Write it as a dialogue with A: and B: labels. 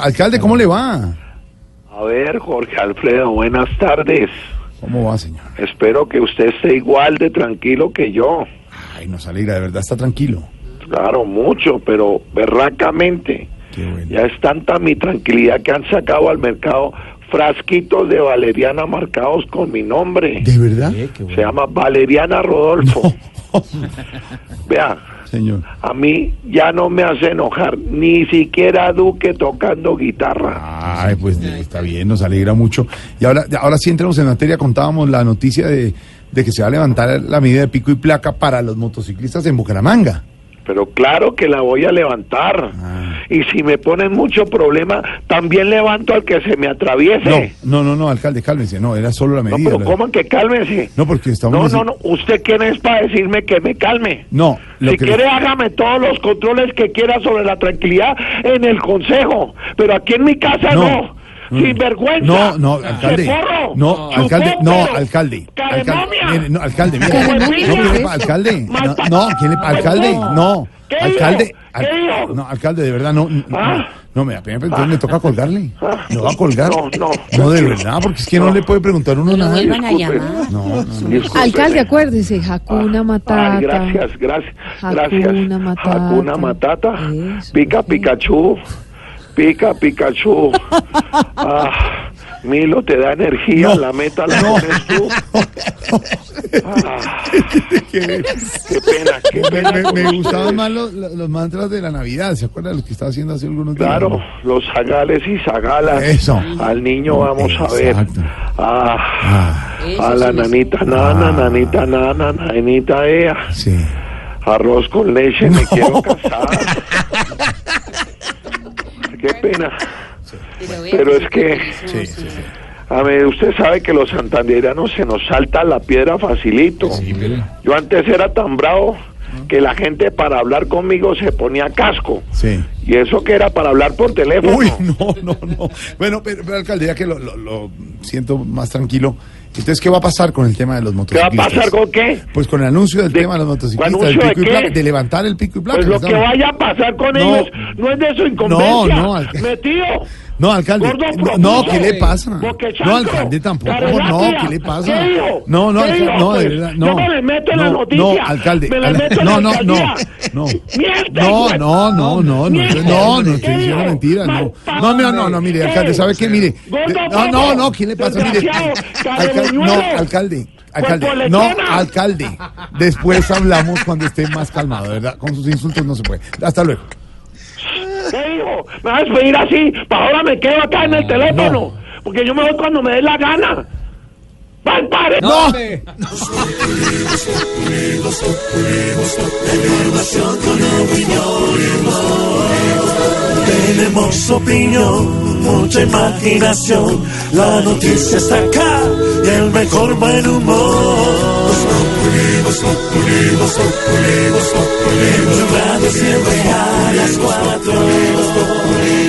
A: Alcalde, ¿cómo le va?
B: A ver, Jorge Alfredo, buenas tardes.
A: ¿Cómo va, señor?
B: Espero que usted esté igual de tranquilo que yo.
A: Ay, nos alegra, de verdad está tranquilo.
B: Claro, mucho, pero berracamente.
A: Qué bueno.
B: Ya es tanta mi tranquilidad que han sacado al mercado frasquitos de valeriana marcados con mi nombre.
A: ¿De verdad?
B: Se llama Valeriana Rodolfo. Vea,
A: Señor.
B: a mí ya no me hace enojar, ni siquiera Duque tocando guitarra.
A: Ay, pues de- está bien, nos alegra mucho. Y ahora, ahora sí entramos en materia, contábamos la noticia de, de que se va a levantar la medida de pico y placa para los motociclistas en Bucaramanga.
B: Pero claro que la voy a levantar.
A: Ah.
B: Y si me ponen mucho problema, también levanto al que se me
A: No,
B: atraviese.
A: no, no, no, alcalde, cálmese, no, era solo la
B: No,
A: medida.
B: pero
A: la-
B: ¿cómo que cálmese?
A: No, porque estamos...
B: No,
A: así-
B: no, no. ¿Usted quién es para decirme que me calme?
A: No, lo
B: si
A: que-
B: quiere, hágame todos los controles que quiera sobre la tranquilidad en el consejo. Pero aquí en mi casa no.
A: No. Mm.
B: Sin vergüenza.
A: No, no, alcalde.
B: Cheporro.
A: No, alcalde, no,
B: Chupópero.
A: alcalde. Alcalde,
B: Caremonia.
A: mire, no, alcalde, mire. No,
B: Caremonia.
A: ¿quién le pa- alcalde? No, no, ¿quién le pa- alcalde? No.
B: ¿Qué
A: Alcalde,
B: dijo?
A: al-
B: ¿Qué dijo?
A: no, alcalde, de verdad, no, no, no,
B: Ah.
A: no, me da pena, pero entonces me toca colgarle, me va a colgar,
B: No, no.
A: Ah. no, de verdad, porque es que no le puede preguntar uno nada,
C: vuelvan a
B: Disculpe.
C: llamar.
A: no, no,
B: Discúlpeme.
D: Alcalde, acuérdese, Hakuna
B: Ah,
D: Matata.
B: ay, gracias, gracias,
D: Hakuna
B: gracias.
D: Matata.
B: Hakuna Matata.
D: Eso,
B: pica
D: perfecto.
B: Pikachu. Pica Pikachu. ah, Milo te da energía,
A: No,
B: la meta la
A: no.
B: pones tú. Ah, qué pena, qué pena.
A: Me, me-
B: con
A: me
B: ustedes.
A: gustaban más los, los mantras de la Navidad, ¿se acuerdan los que estaba haciendo hace algunos días?
B: Claro, los zagales y zagalas.
A: Eso.
B: Al niño vamos a ver.
A: Exacto.
B: Ah,
A: Ah,
B: a la nanita, nana,
A: Ah.
B: nanita, nana, nanita, ea.
A: sí.
B: Arroz con leche, me quiero casar. Qué pena. Pero es que,
A: Sí, sí, sí.
B: a ver, usted sabe que los santanderianos se nos salta la piedra facilito. Yo antes era tan bravo que la gente para hablar conmigo se ponía casco.
A: Sí.
B: Y eso que era para hablar por teléfono.
A: Uy, no, no, no. Bueno, pero, pero alcalde, ya que lo, lo- lo siento más tranquilo. Entonces, ¿qué va a pasar con el tema de los
B: ¿Qué va a
A: motociclistas?
B: pasar con qué?
A: Pues con el anuncio del
B: ¿De-
A: tema de los motociclistas,
B: anuncio
A: del
B: de
A: pico y
B: qué?
A: placa, de levantar el pico y placa.
B: Pues lo
A: ¿no?
B: que vaya a pasar con
A: No.
B: ellos no es de su incumbencia.
A: No, no, al-
B: Metido.
A: No, alcalde.
B: Gordo
A: no, no, ¿qué le
B: profundo,
A: pasa?
B: boquechanco,
A: No, alcalde tampoco.
B: carelápida.
A: No, ¿qué le pasa?
B: ¿Qué dijo?
A: No, no,
B: ¿Qué
A: alcalde,
B: dijo,
A: no, de
B: pues?
A: verdad,
B: Yo
A: no.
B: me le meto en la
A: No,
B: noticia,
A: No, alcalde.
B: me le
A: ala-
B: meto en
A: no, no,
B: la
A: no,
B: alcaldía.
A: no.
B: Miente, pues.
A: No, no,
B: hijo-
A: no, no, no,
B: Miente.
A: no, no estoy
B: ¿Qué
A: diciendo
B: dijo?
A: mentiras, no.
B: Mal
A: No, no, no, no, mire,
B: padre.
A: alcalde, ¿sabe qué? Mire,
B: Gordo
A: de- no,
B: bobo,
A: no, no, ¿qué le pasa? Mire,
B: desgraciado,
A: alcalde, no,
B: cabezuelo,
A: alcalde,
B: cuerpo
A: alcalde,
B: de
A: no,
B: letrona.
A: alcalde. Después hablamos cuando esté más calmado, de ¿verdad? Con sus insultos no se puede. Hasta luego.
B: ¿Qué dijo? Me vas a despedir así. Para ahora me quedo acá en el teléfono. Porque yo me voy cuando me dé la gana. ¡Van, pare!
A: No.
E: Tenemos opinión, mucha imaginación. La noticia está acá y el mejor buen humor. Los populimos, populimos, populimos, populimos. En tu radio siempre a las cuatro. Los populimos,